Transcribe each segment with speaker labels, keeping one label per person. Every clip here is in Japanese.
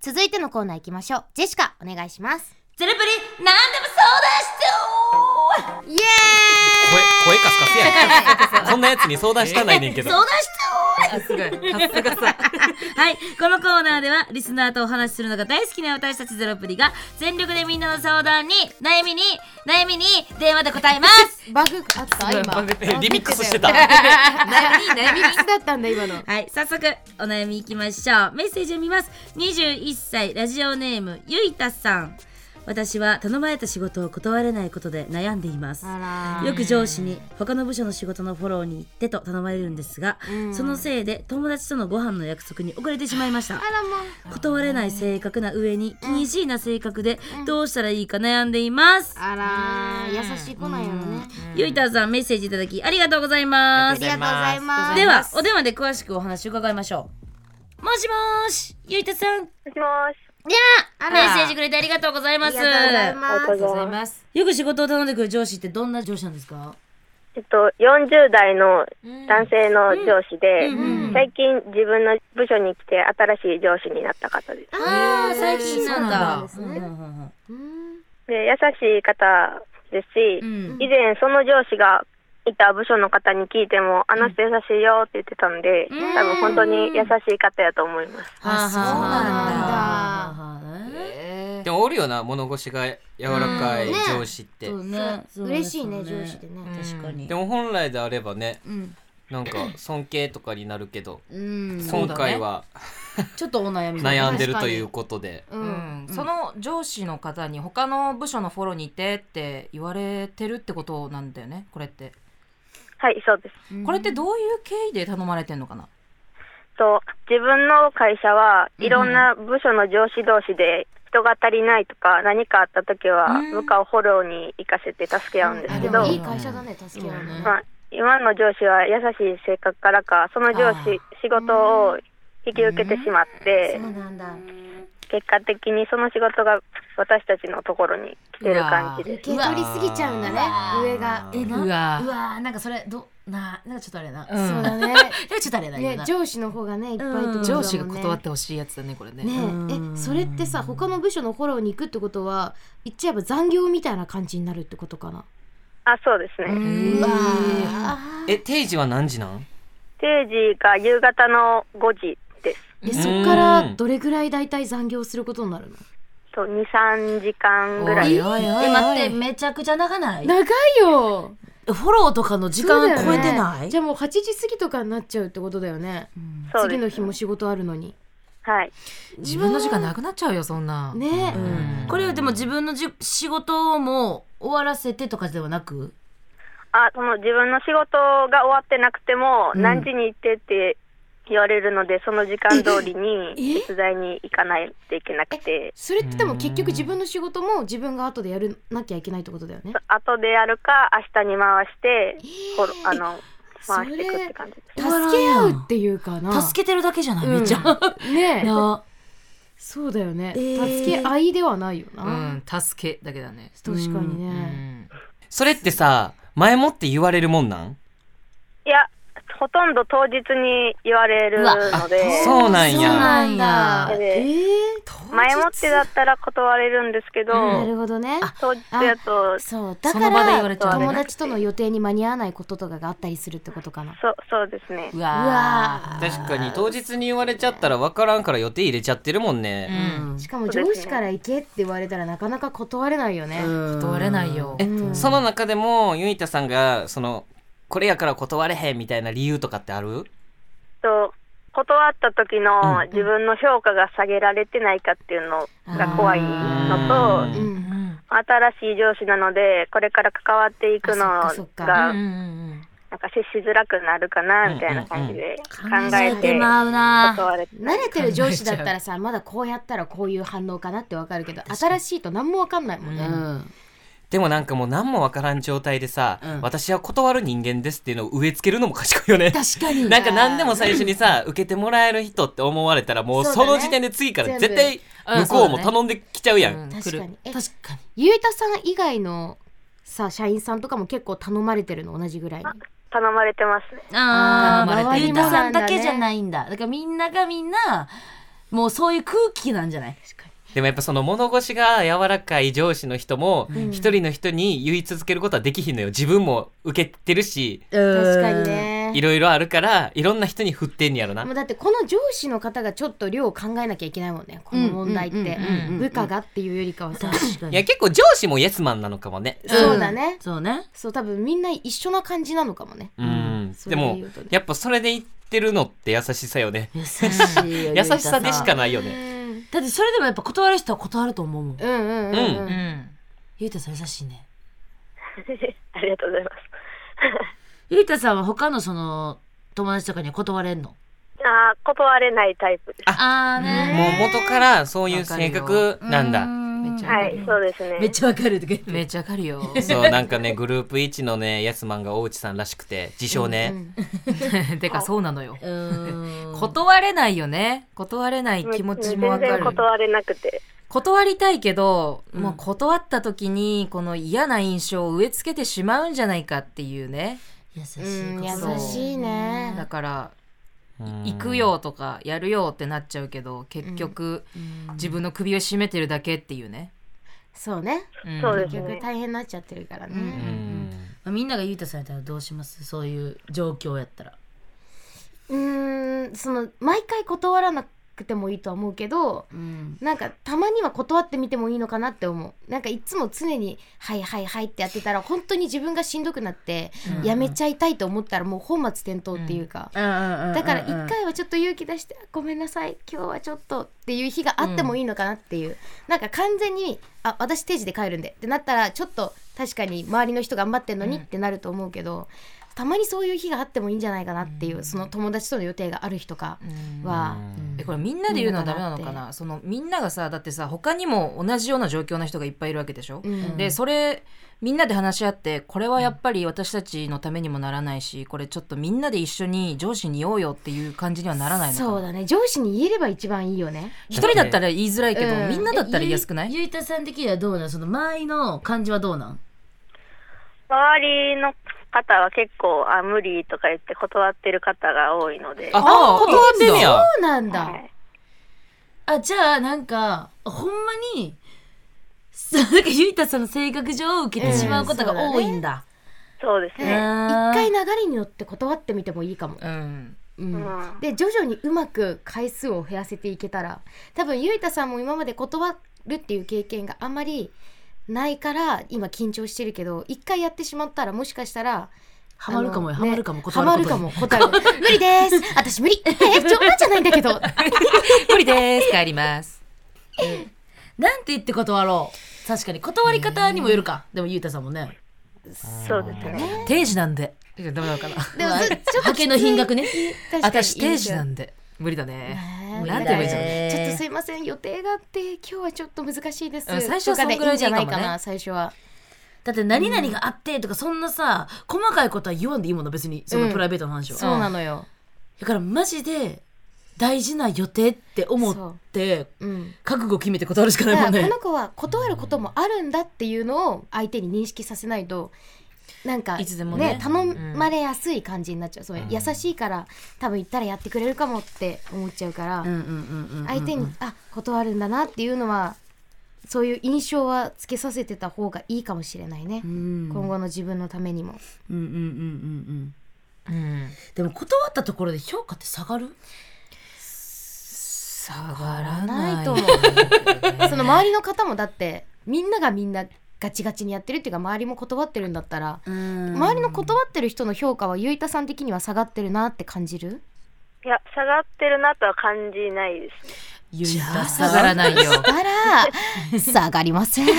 Speaker 1: 続いてのコーナー行きましょう。ジェシカ、お願いします。
Speaker 2: ゼロプリなんでも相談してよ
Speaker 1: イエーイ
Speaker 3: 声カスカスやんこんなやつに相談したないねんけど
Speaker 2: 相談してよ
Speaker 4: あすごい。カッサカサ。
Speaker 2: はい、このコーナーではリスナーとお話しするのが大好きな私たちゼロプリが全力でみんなの相談に悩みに悩みに電話で答えます
Speaker 1: バグあった今。
Speaker 4: バグ
Speaker 1: バグ
Speaker 4: って
Speaker 1: ってたよ
Speaker 3: リミックスしてた。
Speaker 4: 悩み悩
Speaker 1: リミックスだったんだ今の。
Speaker 2: はい、早速お悩みいきましょうメッセージを見ます21歳ラジオネームゆいたさん私は頼まれた仕事を断れないことで悩んでいます
Speaker 1: あ
Speaker 2: よく上司に他の部署の仕事のフォローに行ってと頼まれるんですが、
Speaker 1: うん
Speaker 2: そのせいで友達とのご飯の約束に遅れてしまいました
Speaker 1: あらま。
Speaker 2: 断れない性格な上に気にしいな性格でどうしたらいいか悩んでいます、
Speaker 1: あらー、優しい子なんやろね。
Speaker 2: ゆいたさんメッセージいただきありがとうございま
Speaker 1: あ
Speaker 2: す
Speaker 1: りがとうございます。
Speaker 2: ではお電話で詳しくお話伺いましょうもしもーしゆいたさんメ
Speaker 5: もしもし。
Speaker 1: じゃあ、あら
Speaker 2: ッセージくれてありがとうござい
Speaker 1: あ
Speaker 2: ます
Speaker 1: りがとうござい
Speaker 5: ありがと
Speaker 1: ま
Speaker 5: う
Speaker 1: す。
Speaker 4: み。
Speaker 5: ございます。
Speaker 4: す。
Speaker 2: よく仕事を頼んでくる上司ってどんな上司なんですか
Speaker 5: えっと、40代の
Speaker 4: うん
Speaker 5: 男性の上司で、
Speaker 2: うんうん
Speaker 5: 最近自分の部署に来て新しい上司になった方です。
Speaker 1: あ
Speaker 2: あ
Speaker 1: ー、最近なんだ。
Speaker 2: そうなんだうんうんうん
Speaker 1: うん
Speaker 5: で、優しい方ですし、
Speaker 2: うん
Speaker 5: 以前その上司がいた部署の方に聞いても、あの人優しいよって言ってたんで、
Speaker 2: うん
Speaker 5: 多分本当に優しい方やと思います。
Speaker 4: あそう
Speaker 1: なん
Speaker 2: だ
Speaker 4: え
Speaker 3: でもおるよな物腰が柔らかい
Speaker 1: うんね
Speaker 3: 上司って、
Speaker 2: そうね
Speaker 1: そう嬉しいね上司でね
Speaker 2: 確かに
Speaker 3: でも本来であればね
Speaker 2: うん
Speaker 3: なんか尊敬とかになるけど
Speaker 2: うん
Speaker 4: そう
Speaker 3: 今
Speaker 4: だね
Speaker 3: 回は
Speaker 2: ちょっとお悩み
Speaker 3: 悩んで
Speaker 1: 確
Speaker 3: る
Speaker 1: か
Speaker 3: と
Speaker 1: に
Speaker 3: いうことで
Speaker 1: う。
Speaker 4: うんん、その上司の方に他の部署のフォローに行ってって言われてるってことなんだよねこれって
Speaker 5: はい、そうです。
Speaker 4: これってどういう経緯で頼まれてんのかな
Speaker 5: と自分の会社はいろんな部署の上司同士で人が足りないとか何かあった時は
Speaker 4: うん
Speaker 5: 部下をフォローに行かせて助け合うんです
Speaker 1: あ
Speaker 5: け
Speaker 1: で
Speaker 5: ど、
Speaker 1: もいい会社だね助け合うね。
Speaker 5: まあ、今の上司は優しい性格からかその上
Speaker 4: あ
Speaker 5: 司仕事を引き受けてしまって
Speaker 1: そうなんだ。
Speaker 5: 結果的にその仕事が私たちのところに来てる感じ
Speaker 1: 受
Speaker 5: です
Speaker 1: け取りすぎちゃうんだ
Speaker 3: うわ
Speaker 1: ね上が。
Speaker 3: え
Speaker 4: うわ
Speaker 2: うわーなんかそれどななんかちょっとあれやな、
Speaker 4: うん
Speaker 1: そうだね。
Speaker 2: なんかちょっとあれやな
Speaker 1: ね
Speaker 2: 今な
Speaker 1: 上司の方がねいっぱいってことだもんね。
Speaker 4: 上司が断ってほしいやつだねこれね
Speaker 1: ねええそれってさ他の部署のフォローに行くってことは言っちゃえば残業みたいな感じになるってことかな。
Speaker 5: あそうですね
Speaker 4: うん
Speaker 1: うわー
Speaker 3: え定時は何時なん
Speaker 5: 定時が夕方の5時です
Speaker 1: えそっからどれぐらい大体残業することになるの？
Speaker 5: と23時間ぐら
Speaker 4: お
Speaker 5: い
Speaker 4: いおいおいおい
Speaker 2: え待ってめちゃくちゃ長ない
Speaker 1: 長いよ。
Speaker 2: フォローとかの時
Speaker 1: そうだ
Speaker 2: 間
Speaker 1: よね
Speaker 2: 超えてない、
Speaker 1: じゃあもう8時過ぎとかになっちゃうってことだよね。
Speaker 5: そう
Speaker 1: 次
Speaker 5: で
Speaker 1: の
Speaker 5: す
Speaker 1: 日も仕事あるのに。
Speaker 5: はい
Speaker 4: 自分の時間なくなっちゃうよそんな、
Speaker 1: ねえ。
Speaker 4: うん
Speaker 2: これはでも自分のじ仕事をもう終わらせてとかではなく
Speaker 5: あその自分の仕事が終わってなくても、
Speaker 2: ん
Speaker 5: 何時に行ってって言われるのでその時間通りに手伝いに行かないといけなくて
Speaker 1: それってでも結局自分の仕事も自分が後でやるなきゃいけないってことだよね。
Speaker 5: 後でやるか明日に回して、ほろあの回していくって感じです
Speaker 1: 助け合うっていうかな。
Speaker 2: 助けてるだけじゃない、
Speaker 1: うん
Speaker 2: めっちゃ
Speaker 1: ねえ。
Speaker 2: な
Speaker 1: そうだよね。
Speaker 2: えー
Speaker 1: 助け合いではないよな。
Speaker 4: うん、助けだけだね、
Speaker 1: 確かに
Speaker 4: う
Speaker 1: ね。
Speaker 4: ん、
Speaker 3: それってさ前もって言われるもんなん
Speaker 5: いやほとんど当日に言われるので
Speaker 3: そ
Speaker 2: そ
Speaker 3: うなん
Speaker 2: うな
Speaker 3: や
Speaker 2: んや
Speaker 1: そうなんだ
Speaker 5: え
Speaker 1: えー
Speaker 5: 前もってだったら断れるんですけど、
Speaker 1: なるほどね。
Speaker 5: 当日だと
Speaker 1: そうだ
Speaker 4: そ
Speaker 1: か
Speaker 4: の場で言わ
Speaker 1: ら
Speaker 4: れちゃう
Speaker 1: 友達との予定に間に合わないこととかがあったりするってことかな。
Speaker 5: そうそうですね
Speaker 4: う
Speaker 1: う
Speaker 4: わ
Speaker 1: わ
Speaker 3: 確かに当日に言われちゃったら分からんから予定入れちゃってるもんね、
Speaker 4: ー
Speaker 1: ーしかも上司から行けって言われたらなかなか断れないよね。
Speaker 4: うん断れないよ
Speaker 3: え、
Speaker 1: うん
Speaker 3: その中でもゆいたさんがそのこれやから断れへんみたいな理由とかってある
Speaker 5: と断った時の
Speaker 3: うん
Speaker 5: 自分の評価が下げられてないかっていうのが怖い
Speaker 3: う
Speaker 5: の
Speaker 3: ん
Speaker 5: と
Speaker 1: うん
Speaker 4: うん
Speaker 5: 新しい上司なのでこれから関わっていくの
Speaker 1: あそっかそっか
Speaker 4: うん
Speaker 5: が
Speaker 4: うん
Speaker 5: なんか接しづらくなるかなみたいな感じで考え
Speaker 2: て
Speaker 5: て
Speaker 2: まうな
Speaker 5: 断れて
Speaker 1: 慣れてる上司だったらさまだこうやったらこういう反応かなってわかるけど新しいと何もわかんないもんね、
Speaker 3: でもなんかもう何も分からん状態でさ、
Speaker 2: うん
Speaker 3: 私は断る人間ですっていうのを植え付けるのも賢いよね
Speaker 2: 確かに
Speaker 3: なんか何でも最初にさ受けてもらえる人って思われたらもう
Speaker 1: そうだ
Speaker 3: そ
Speaker 1: ね
Speaker 3: の時点で次から
Speaker 1: 全
Speaker 3: 絶
Speaker 1: 部
Speaker 3: 対
Speaker 4: うん
Speaker 3: 向こう
Speaker 4: そう
Speaker 3: も
Speaker 4: だね
Speaker 3: 頼んできちゃうやん、
Speaker 4: うん
Speaker 1: 確か
Speaker 4: 来
Speaker 1: にえ
Speaker 2: 確かに
Speaker 1: ゆうたさん以外のさ社員さんとかも結構頼まれてるの同じぐらいに
Speaker 5: 頼まれてますね
Speaker 2: あ
Speaker 1: あー
Speaker 2: あ、
Speaker 1: 周
Speaker 2: ゆ
Speaker 1: り
Speaker 2: う
Speaker 1: も
Speaker 2: たさ
Speaker 1: なんんだ
Speaker 2: だ
Speaker 1: ね
Speaker 2: けじゃないんだ。だからみんながみんな、もうそういう空気なんじゃない
Speaker 3: でもやっぱその物腰が柔らかい上司の人も
Speaker 1: うん
Speaker 3: 一人の人に言い続けることはできひんのよ自分も受けてるし
Speaker 1: 確かにね
Speaker 3: いろいろあるからいろんな人に振ってんやろな
Speaker 1: もうだってこの上司の方がちょっと量を考えなきゃいけないもんねこの問題って
Speaker 2: うんうんうんうんうん
Speaker 1: 部下がっていうよりかはさ
Speaker 2: 確か
Speaker 3: いや
Speaker 2: に
Speaker 3: 結構上司もイエスマンなのかもね
Speaker 1: そうだね
Speaker 2: そうね
Speaker 1: そう多分みんな一緒な感じなのかもね
Speaker 3: うん、
Speaker 1: そ
Speaker 3: で
Speaker 1: れ
Speaker 3: も
Speaker 1: 言うとね
Speaker 3: やっぱそれで言ってるのって優しさよね
Speaker 2: 優 しいよ
Speaker 3: 優しさで
Speaker 2: ゆ
Speaker 3: しか
Speaker 2: うたん
Speaker 3: ないよね
Speaker 2: だってそれでもやっぱ断る人は断ると思うもん
Speaker 1: うんうんうん
Speaker 3: う
Speaker 1: うんん
Speaker 2: ゆうたさん優しいね
Speaker 5: ありがとうございます。
Speaker 2: ゆうたさんは他のその友達とかには断れんの
Speaker 5: あー断れないタイプです。
Speaker 2: あー
Speaker 4: ね
Speaker 3: もう元からそういう性格なんだ
Speaker 4: めっちゃ
Speaker 5: はい、そうですね。
Speaker 2: めっちゃわかるとか言って
Speaker 4: めっちゃわかるよ。
Speaker 3: そうなんかねグループ1のねイエスマンが大内さんらしくて自称ね、
Speaker 1: うん
Speaker 4: てかそうなのよ。
Speaker 2: うーん
Speaker 4: 断れないよね。断れない気持ちもわか
Speaker 5: 全然
Speaker 4: る。
Speaker 5: 断れなくて。
Speaker 4: 断りたいけど、
Speaker 2: うん
Speaker 4: もう断った時にこの嫌な印象を植え付けてしまうんじゃないかっていうね。
Speaker 2: 優しい
Speaker 1: うん
Speaker 2: こと
Speaker 1: 優しい
Speaker 4: だ
Speaker 1: ね
Speaker 4: から
Speaker 3: うん
Speaker 4: 行くよとかやるよってなっちゃうけど結局自分の首を絞めてるだけっていうね。
Speaker 1: そうね
Speaker 4: ん
Speaker 5: そうです
Speaker 1: 結局大変になっちゃってるから
Speaker 4: う
Speaker 3: うん
Speaker 1: ね
Speaker 3: ん
Speaker 2: みんながゆうたさんやったらどうしますそういう状況やったら
Speaker 1: うんんその毎回断らなくてもいいとは思うけど
Speaker 2: うん
Speaker 1: なんかたまには断ってみてもいいのかなって思うなんかいつも常に「はいはいはい」ってやってたら本当に自分がしんどくなって
Speaker 4: うん
Speaker 1: やめちゃいたいと思ったらもう本末転倒っていうか、だ
Speaker 2: だ
Speaker 1: から一回はちょっと勇気出して「ごめんなさい今日はちょっと」っていう日があってもいいのかなっていう、なんか完全に「あ私定時で帰るんで」ってなったらちょっと確かに周りの人頑張ってんのにってなると思うけど、たまにそういう日があってもいいんじゃないかなっていう、その友達との予定がある日とか
Speaker 4: うん
Speaker 1: は、
Speaker 4: えこれみんなで言うのはダメなのか
Speaker 1: みんな
Speaker 4: なそのみんながさだってさ他にも同じような状況の人がいっぱいいるわけでしょ、
Speaker 1: うん
Speaker 4: でそれみんなで話し合ってこれはやっぱり私たちのためにもならないしこれちょっとみんなで一緒に上司に言おうよっていう感じにはならないのかな
Speaker 1: そうだね上司に言えれば一番いいよね。
Speaker 4: 一人だったら言いづらいけど、
Speaker 1: うん
Speaker 4: みんなだったら言いやすくない、
Speaker 2: えゆゆいたさん的にはどうなんその周りの感じはどうなん
Speaker 5: 周りの方は結構、あ、無理とか言って断ってる方が多いので。
Speaker 3: あ断ってんねや
Speaker 1: そうなんだ、
Speaker 5: はい
Speaker 2: あじゃあなんかほんまにそうなんかゆいたさんの性格上受けてしまうことが多いんだ,、
Speaker 5: そうです
Speaker 1: 一
Speaker 5: ね。
Speaker 1: 回流れに乗って断ってみてもいいかも。
Speaker 4: うん
Speaker 2: うん
Speaker 5: うん
Speaker 1: で徐々にうまく回数を減らせていけたら多分ゆいたさんも今まで断るっていう経験があんまりないから今緊張してるけど一回やってしまったらもしかしたら
Speaker 2: ハマるかもよ
Speaker 1: あ
Speaker 2: ハ
Speaker 1: のね
Speaker 2: マるかも
Speaker 1: ハマるかも答える 無理です私無理え冗談じゃないんだ けど
Speaker 4: 無理です帰ります
Speaker 2: なんて言って断ろう確かに断り方にもよるか、でもゆうたさんもね
Speaker 5: そうですね。
Speaker 4: 定時なんでいやダメなのかな
Speaker 1: でも
Speaker 2: まあ
Speaker 1: ずちょっと
Speaker 2: 派遣の品格ね
Speaker 4: 私定時なんんで無理だね
Speaker 1: ね
Speaker 4: なんて言えばいいんだろう
Speaker 2: ね
Speaker 1: ちょっとすいません予定があって今日はちょっと難しいです
Speaker 4: うん最初は
Speaker 1: とかでいいんじゃないか
Speaker 4: そんぐらいでいいかも
Speaker 1: な
Speaker 4: ね
Speaker 1: 最初は
Speaker 2: だって何々があってとかそんなさ細かいことは言わんでいいもんな別にそのプライベートの話は、
Speaker 1: そうなのよ
Speaker 2: だからマジで大事な予定って思って
Speaker 1: うん
Speaker 2: 覚悟決めて断るしかないも
Speaker 1: だ
Speaker 2: ん
Speaker 1: からこ
Speaker 2: ね
Speaker 1: の子は断ることもあるんだっていうのを相手に認識させないとなんか
Speaker 4: いつでもね
Speaker 1: 頼まれやすい感じになっちゃう、そう優しいから多分言ったらやってくれるかもって思っちゃうから、
Speaker 2: うんうんうんうん
Speaker 1: 相手にあ断るんだなっていうのはそういう印象はつけさせてた方がいいかもしれないね、
Speaker 2: うん
Speaker 1: 今後の自分のためにも
Speaker 2: うんうんうんうんうん
Speaker 4: うん
Speaker 2: でも断ったところで評価って下がる
Speaker 4: 下がらない
Speaker 1: ないと思うその周りの方もだってみんながみんなガチガチにやってるっていうか周りも断ってるんだったら周
Speaker 2: 周
Speaker 1: りの断ってる人の評価はゆいたさん的には下がってるなって感じる
Speaker 5: いや、下がってるなとは感じないですね。
Speaker 2: ゆ
Speaker 4: じ
Speaker 2: い
Speaker 4: ゃ
Speaker 2: た
Speaker 4: あ下がらないよ
Speaker 1: あら下がりません
Speaker 2: い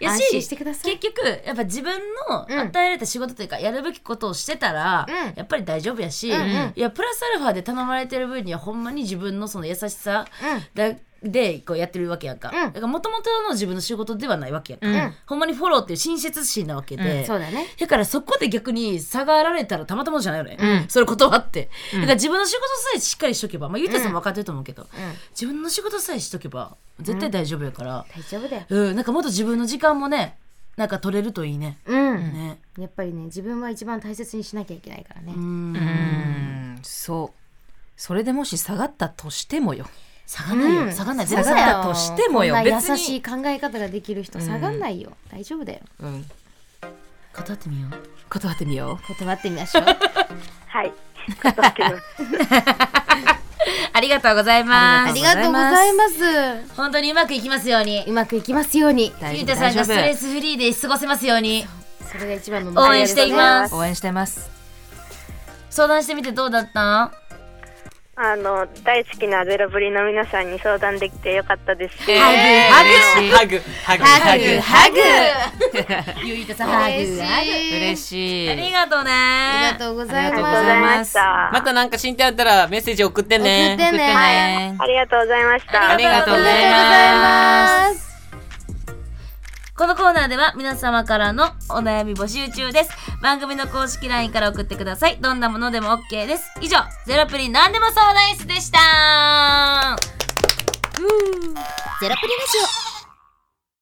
Speaker 2: や
Speaker 1: 安心してください
Speaker 2: 結局やっぱ自分の
Speaker 1: うん
Speaker 2: 与えられた仕事というか、やるべきことをしてたら、
Speaker 1: うん
Speaker 2: やっぱり大丈夫やし、
Speaker 1: うんうん
Speaker 2: いやプラスアルファで頼まれてる分にはほんまに自分のその優しさ
Speaker 1: うん
Speaker 2: だでこうやってるわけやんか、
Speaker 1: ん
Speaker 2: だからもともとの自分の仕事ではないわけやんか、
Speaker 1: うん
Speaker 2: ほんまにフォローっていう親切心なわけで、
Speaker 1: そうだね
Speaker 2: だからそこで逆に差があられたらたまたまじゃないよね、
Speaker 4: うん
Speaker 2: それ断って、だから自分の仕事さえしっかりしとけば、まあ、ゆうたさんも分かってると思うけど、自分の仕事さえしとけば絶対大丈夫やから、
Speaker 1: 大丈夫だよ
Speaker 2: うんなんかもっと自分の時間もねなんか取れるといいね、
Speaker 1: うん
Speaker 2: ね
Speaker 1: やっぱりね自分は一番大切にしなきゃいけないからね
Speaker 2: うん
Speaker 4: うんそうそれでもし下がったとしてもよ下がないよ、
Speaker 1: うん
Speaker 4: 下がない
Speaker 1: そうだ
Speaker 4: 下が
Speaker 1: よ
Speaker 4: ったとしてもよ
Speaker 1: こんな
Speaker 4: 別
Speaker 1: 優しい
Speaker 4: に、
Speaker 1: 考え方ができる人下がんないよ、大丈夫だよ
Speaker 4: うん、
Speaker 2: 断ってみよう
Speaker 4: 断ってみよう
Speaker 1: 断ってみましょう
Speaker 5: はい。断ってます
Speaker 2: ありがとうございま
Speaker 1: あ
Speaker 2: す
Speaker 1: りがとうございます
Speaker 2: 本当にうまくいきますように
Speaker 1: うまくいきますように
Speaker 4: 大
Speaker 2: ゆう
Speaker 4: 丈
Speaker 2: たさ
Speaker 4: 夫
Speaker 2: んが
Speaker 4: 大
Speaker 2: ス
Speaker 4: 丈
Speaker 2: ト
Speaker 4: 夫
Speaker 2: レスフリーで過ごせますように
Speaker 1: それが一番の
Speaker 2: 応援していま
Speaker 5: そ
Speaker 2: す
Speaker 4: 応援してます
Speaker 2: 相談してみてどうだった
Speaker 5: あの大好きなゼロぶりの皆さんに相談できてよかったです。
Speaker 3: えーハグハグハグハ
Speaker 4: ハグ
Speaker 2: ゆういたさん
Speaker 1: 嬉しい
Speaker 4: 嬉しい
Speaker 2: ありがとうね
Speaker 1: ありがとうござい
Speaker 4: ありがとう
Speaker 1: ます
Speaker 4: ご
Speaker 5: ありがとう
Speaker 4: ざいま
Speaker 5: ございました
Speaker 3: グまたなんか進展あったらメッセージ送ってね
Speaker 1: 送ってね
Speaker 4: ね
Speaker 5: ありがとうございました。
Speaker 3: ありがとうございます
Speaker 1: ありがとうございます
Speaker 2: このコーナーでは皆様からのお悩み募集中です番組の公式 LINE から送ってくださいどんなものでも OK です以上ゼロプリ何でも相談室でした
Speaker 1: ゼロプリラジオ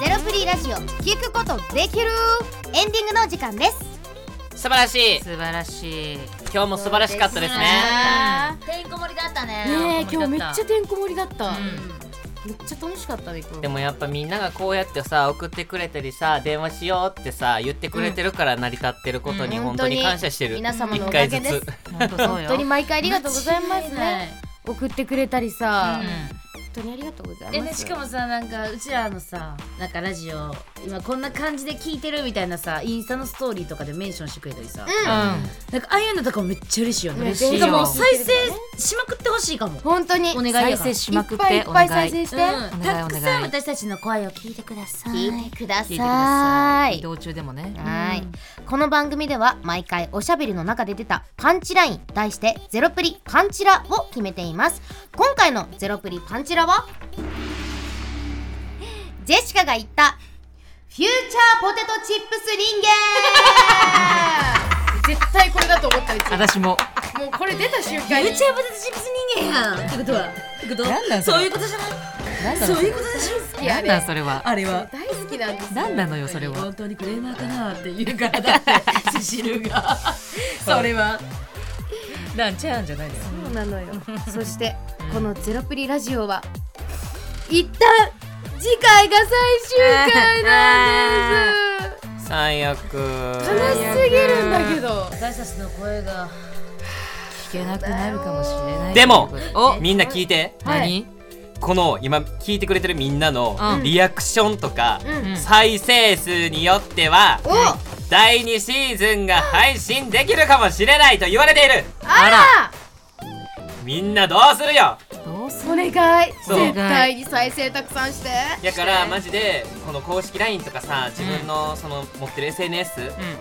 Speaker 1: ゼロプリラジオ聞くことできるエンディングのお時間です
Speaker 3: 素晴らしい
Speaker 4: 素晴らしい
Speaker 3: 今日も素晴らしかったですね
Speaker 1: ね
Speaker 2: てんこ盛りだったね
Speaker 1: え
Speaker 2: お
Speaker 1: 今日
Speaker 2: 盛
Speaker 1: め
Speaker 2: り
Speaker 1: っ
Speaker 2: だ
Speaker 1: ちゃてんこ盛りだった、
Speaker 2: うん
Speaker 1: めっちゃ楽しかったね今
Speaker 3: で
Speaker 1: 日
Speaker 3: もやっぱみんながこうやってさ送ってくれたりさ電話しようってさ言ってくれてるから成り立ってることに
Speaker 1: うん
Speaker 3: 本当に感謝してる
Speaker 1: 皆様
Speaker 3: 一
Speaker 1: のおか
Speaker 3: 回
Speaker 1: げ
Speaker 3: ず
Speaker 1: です
Speaker 3: つ
Speaker 4: 本当そう
Speaker 1: 本当に
Speaker 4: よ
Speaker 1: 毎回ありがとうございますね送ってくれたりさ、
Speaker 2: うん
Speaker 1: 本当にありがとうござ
Speaker 2: え
Speaker 1: いま
Speaker 2: ね、
Speaker 1: す
Speaker 2: しかもさなんかうちらのさなんかラジオ今こんな感じで聞いてるみたいなさインスタのストーリーとかでメンションしてくれたりさ、
Speaker 4: う
Speaker 2: なんかああいうのとかもめっちゃ嬉しいよね
Speaker 4: 嬉しいよ
Speaker 2: しかもう再生しまくってほしいかも
Speaker 1: 本当に
Speaker 2: お願いだ
Speaker 4: ん
Speaker 2: から
Speaker 4: 再生しまく
Speaker 1: い
Speaker 4: っ
Speaker 1: っぱいい
Speaker 4: て
Speaker 1: っ
Speaker 4: お
Speaker 1: ぱ
Speaker 4: 願
Speaker 1: い再
Speaker 4: い
Speaker 1: 生して、
Speaker 2: うん、
Speaker 4: お願い
Speaker 2: たくさん
Speaker 4: お願い
Speaker 2: 私たちの声を聞いてください
Speaker 1: 聞いてくだ
Speaker 4: 聞いてくださ
Speaker 1: さ
Speaker 4: い
Speaker 1: い
Speaker 4: 移。動中でもね
Speaker 1: はい、この番組では毎回おしゃべりの中で出たパンチライン題してゼロプリパンチラを決めています今回のゼロプリパンチラはジェシカが言ったフューチャーポテトチップス人間 絶対これだと思ったうち
Speaker 4: 私も
Speaker 1: もうこれ出た瞬間
Speaker 2: ユーチューブでチップス人間やんってことはってこと
Speaker 4: なんなんそれ
Speaker 2: そういうことじゃないそういうことでしょ
Speaker 1: いや
Speaker 4: なんだそれは
Speaker 2: あれは
Speaker 1: 大好きなんです
Speaker 4: なんなのよそれは
Speaker 2: 本当にクレーマーかなっていうからだってセシルがそれは
Speaker 4: なんちゃうんじゃないのよ
Speaker 1: そうなのよそしてこの「ゼロプリラジオは」一旦次回が最終回なんです
Speaker 3: 最悪
Speaker 1: 悲しすぎるんだけど
Speaker 2: 私たちの声が
Speaker 4: 聞けなくなるかもしれない
Speaker 3: でも
Speaker 4: お
Speaker 3: みんな聞いて
Speaker 1: はい
Speaker 4: 何
Speaker 3: この今聞いてくれてるみんなの
Speaker 4: うん
Speaker 3: リアクションとか
Speaker 1: うん
Speaker 3: 再生数によっては
Speaker 1: お
Speaker 3: 第2シーズンが配信できるかもしれないと言われている
Speaker 1: あら
Speaker 3: みんなどうするよ
Speaker 4: どうす
Speaker 1: お願い
Speaker 3: そう
Speaker 1: 絶対に再生たくさんして
Speaker 3: だからマジでこの公式 LINE とかさ自分のその持ってる SNS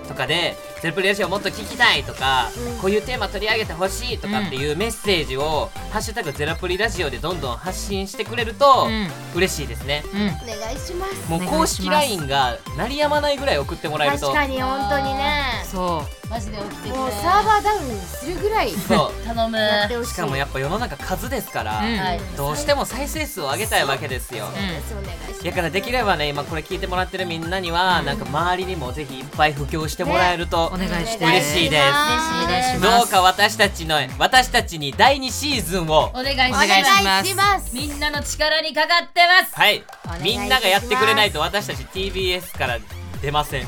Speaker 3: とかで「ゼロプリラジオもっと聞きたい」とか、
Speaker 1: うん
Speaker 3: こういうテーマ取り上げてほしいとかっていうメッセージを「ハッシュタグゼロプリラジオ」でどんどん発信してくれると
Speaker 4: うん
Speaker 3: 嬉しいですね、
Speaker 4: うん
Speaker 1: お願いします
Speaker 3: もう
Speaker 4: お願
Speaker 3: 公
Speaker 4: いし
Speaker 3: 式
Speaker 4: ます
Speaker 3: LINE が鳴りやまないぐらい送ってもらえる
Speaker 1: 確
Speaker 3: と
Speaker 1: かに本当にね
Speaker 4: そう
Speaker 2: マジで起きてくれ
Speaker 1: もうサーバーダウンするぐらい
Speaker 3: そ
Speaker 2: 頼む
Speaker 1: やってほ
Speaker 3: う
Speaker 1: しい
Speaker 3: しかもやっぱ世の中数ですから、
Speaker 4: うん
Speaker 2: はい
Speaker 3: どうしても再生数を上げたいわけですよ、
Speaker 1: お願いします
Speaker 3: だからできればね今これ聞いてもらってるみんなには、なんか周りにもぜひいっぱい布教してもらえると、
Speaker 4: お願いして
Speaker 3: 嬉しいです
Speaker 4: お願いします
Speaker 3: どうか私たちの私たちに第2シーズンを
Speaker 2: お願いしま
Speaker 1: お
Speaker 2: す
Speaker 1: 願いします
Speaker 2: みんなの力にかかってます
Speaker 3: はい
Speaker 1: お願い
Speaker 3: み
Speaker 1: します
Speaker 3: んながやってくれないと私たち TBS から出ません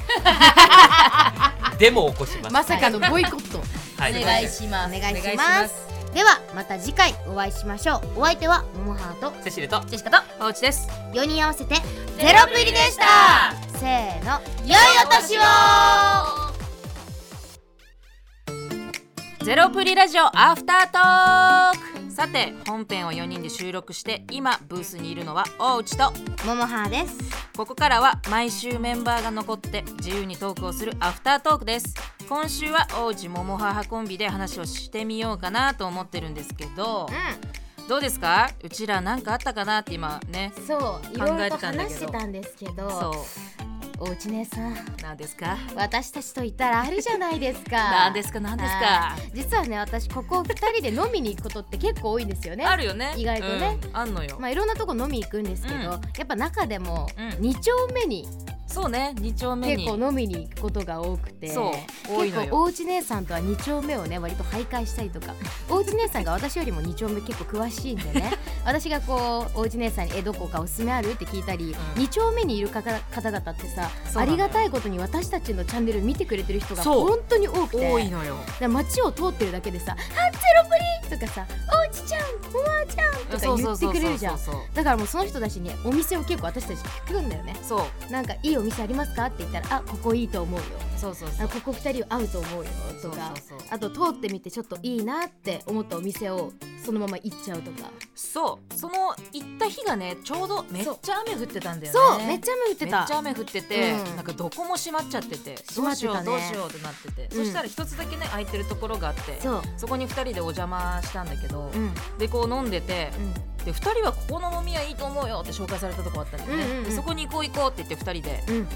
Speaker 3: でも起こします
Speaker 1: まさかのボイコット
Speaker 3: は
Speaker 2: お願いします
Speaker 1: お願いしますではまた次回お会いしましょうお相手はモモハート
Speaker 3: セシルと
Speaker 2: ジェシカと
Speaker 4: おうちです
Speaker 1: 4人合わせてゼロプリでしたせーの良いお年を
Speaker 4: ゼロプリラジオアフタートークさて本編を4人で収録して今ブースにいるのはおうちと
Speaker 1: ももはーです
Speaker 4: ここからは毎週メンバーが残って自由にトークをするアフタートークです今週は王子桃母コンビで話をしてみようかなと思ってるんですけどどうですかうちら何かあったかなって今ね
Speaker 1: うんそうい
Speaker 4: 考
Speaker 1: ろいろ
Speaker 4: え
Speaker 1: と
Speaker 4: てたんだ
Speaker 1: 話
Speaker 4: けど
Speaker 1: してたんですけど
Speaker 4: そ
Speaker 1: おうち姉さん
Speaker 4: うなんですか
Speaker 1: 私たちといったらあるじゃないですか
Speaker 4: なんですかなんですか
Speaker 1: はい実はね私ここ2人で飲みに行くことって結構多いんですよね
Speaker 4: あるよね
Speaker 1: 意外とね、
Speaker 4: うんあんのよ、
Speaker 1: まあいろんなとこ飲み行くんですけど、
Speaker 4: うん
Speaker 1: やっぱ中でも
Speaker 4: うん
Speaker 1: 2丁目に
Speaker 4: そうね2丁目
Speaker 1: 結
Speaker 4: に
Speaker 1: 構飲みに行くことが多くて
Speaker 4: そう多い
Speaker 1: 結
Speaker 4: の
Speaker 1: 構
Speaker 4: よ
Speaker 1: おうち姉さんとは2丁目をね割と徘徊したり とかおうち姉さんが私よりも2丁目結構詳しいんで ね私がこうおうち姉さんに「えどこかおすすめある?」って聞いたり、
Speaker 4: うん
Speaker 1: 2丁目にいる方方々ってさ、
Speaker 4: そう
Speaker 1: あ
Speaker 4: なの
Speaker 1: り
Speaker 4: よ
Speaker 1: がたいことに私たちのチャンネル見てくれてる人が
Speaker 4: そう
Speaker 1: 本当に多くて
Speaker 4: 多いのよ
Speaker 1: だから街を通ってるだけでさ「あゼロプリ!」とかさ「おうちちゃんおばあちゃん!」とか言ってくれるじゃん
Speaker 4: そうそう
Speaker 1: だからもうその人たちにお店を結構私たち聞くんだよね
Speaker 4: そう
Speaker 1: なんかいいお店ありますかって言ったらあここいいと思うよ
Speaker 4: そうそうそうそ
Speaker 1: あ
Speaker 4: う
Speaker 1: ここ二人合うと思うよとか
Speaker 4: そうそうそう
Speaker 1: あと通ってみてちょっといいなって思ったお店をそのまま行っちゃうとか、
Speaker 4: そうその行った日がねちょうどめっちゃ雨降ってたんだよ
Speaker 1: そ
Speaker 4: ね
Speaker 1: うめっちゃ雨降って
Speaker 4: め
Speaker 1: た
Speaker 4: っちゃ雨降ってて、
Speaker 1: うん
Speaker 4: なんかどこも閉まっちゃってて
Speaker 1: 閉ま
Speaker 4: どう
Speaker 1: って
Speaker 4: しよ
Speaker 1: た
Speaker 4: う
Speaker 1: ね
Speaker 4: どうしようってなってて、
Speaker 1: うん
Speaker 4: そしたら一つだけね空いてるところがあって
Speaker 1: そう
Speaker 4: そこに2人でお邪魔したんだけど、
Speaker 1: うんうん
Speaker 4: でこう飲んでてで2人はここの飲み屋いいと思うよって紹介されたとこあったんだよね、
Speaker 1: うんうんうん
Speaker 4: でそこに行こう行こうって言って2人で
Speaker 1: うん
Speaker 4: も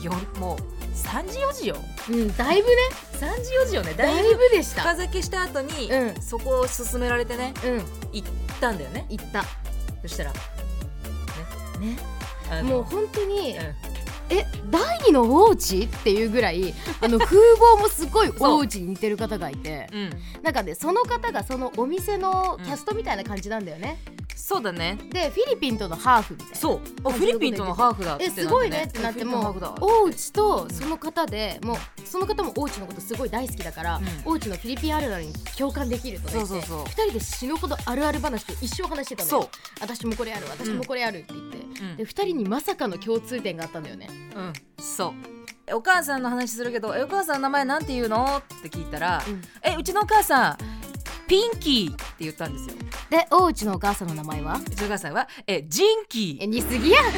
Speaker 4: うよもう3時4時よ
Speaker 1: うん、だいぶね
Speaker 4: 3時4時よねだ
Speaker 1: だ
Speaker 4: い
Speaker 1: い
Speaker 4: ぶ
Speaker 1: ぶでした
Speaker 4: 深酒した後に、
Speaker 1: うん
Speaker 4: そこを勧められてね
Speaker 1: うん
Speaker 4: 行ったんだよね
Speaker 1: 行った
Speaker 4: そしたら
Speaker 1: ね
Speaker 4: あの
Speaker 1: もう本当に、
Speaker 4: うん
Speaker 1: え第二の王子っていうぐらいあの風貌もすごい王子に似てる方がいて
Speaker 4: うん、
Speaker 1: なんかねその方がそのお店のキャストみたいな感じなんだよね、
Speaker 4: そうだね
Speaker 1: でフィリピンとのハーフみたいな
Speaker 4: そうあフィリピンとのハーフだって
Speaker 1: え
Speaker 4: なってね
Speaker 1: すごいねってなって
Speaker 4: フィリ
Speaker 1: も
Speaker 4: ピンとのハーフだ
Speaker 1: うオウチとその方でもうその方もオウチのことすごい大好きだから、
Speaker 4: うん
Speaker 1: オウチのフィリピンあるあるに共感できるとか言って
Speaker 4: そうそうそう
Speaker 1: 2人で死ぬほどあるある話と一生話してたの
Speaker 4: そう
Speaker 1: よ私もこれある私もこれあるって言って、
Speaker 4: うん
Speaker 1: で2人にまさかの共通点があったんだよね
Speaker 4: うんそうえお母さんの話するけどえお母さんの名前なんて言うのって聞いたら、
Speaker 1: うん
Speaker 4: えうちのお母さんピンキーって言ったんですよ
Speaker 1: でオウチのお母さんの名前は
Speaker 4: うちのお母さんはえジンキ
Speaker 1: え
Speaker 4: ー
Speaker 1: 似すぎや ど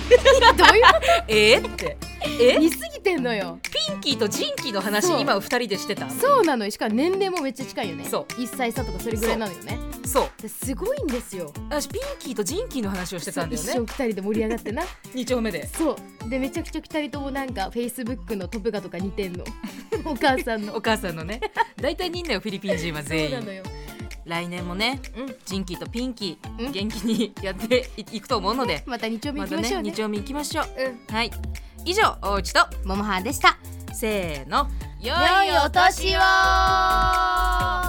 Speaker 1: ういうこ
Speaker 4: えーって
Speaker 1: と
Speaker 4: え
Speaker 1: 似すぎてんのよ
Speaker 4: ピンキーとジンキーの話
Speaker 1: そう
Speaker 4: 今二人でしてた
Speaker 1: そうなのよしかも年齢もめっちゃ近いよね
Speaker 4: そう
Speaker 1: 1歳差とかそれぐらいなのよね
Speaker 4: そう
Speaker 1: ですごいんですよ
Speaker 4: 私ピンキーとジンキーの話をしてたんだよ
Speaker 1: 一生
Speaker 4: ね
Speaker 1: 2人で盛り上がってな
Speaker 4: 二丁目で
Speaker 1: そうでめちゃくちゃ2人ともなんかフェイスブックのトップ画とか似てんのお母さんの
Speaker 4: お母さんのね大体似んだよフィリピン人は
Speaker 1: そう
Speaker 4: 全
Speaker 1: なの
Speaker 4: 員
Speaker 1: よ
Speaker 4: 来年もね
Speaker 1: うん
Speaker 4: ジンキーとピンキ
Speaker 1: う
Speaker 4: ー
Speaker 1: ん
Speaker 4: 元気にやっていいくと思うので
Speaker 1: また2丁目
Speaker 4: ま
Speaker 1: 行き
Speaker 4: た
Speaker 1: ましょ
Speaker 4: ね
Speaker 1: う
Speaker 4: 二
Speaker 1: ね,、
Speaker 4: 丁目行きましょう
Speaker 1: うん
Speaker 4: はい以上おうちと
Speaker 1: ももはでした
Speaker 4: せーの良
Speaker 1: 良いお年を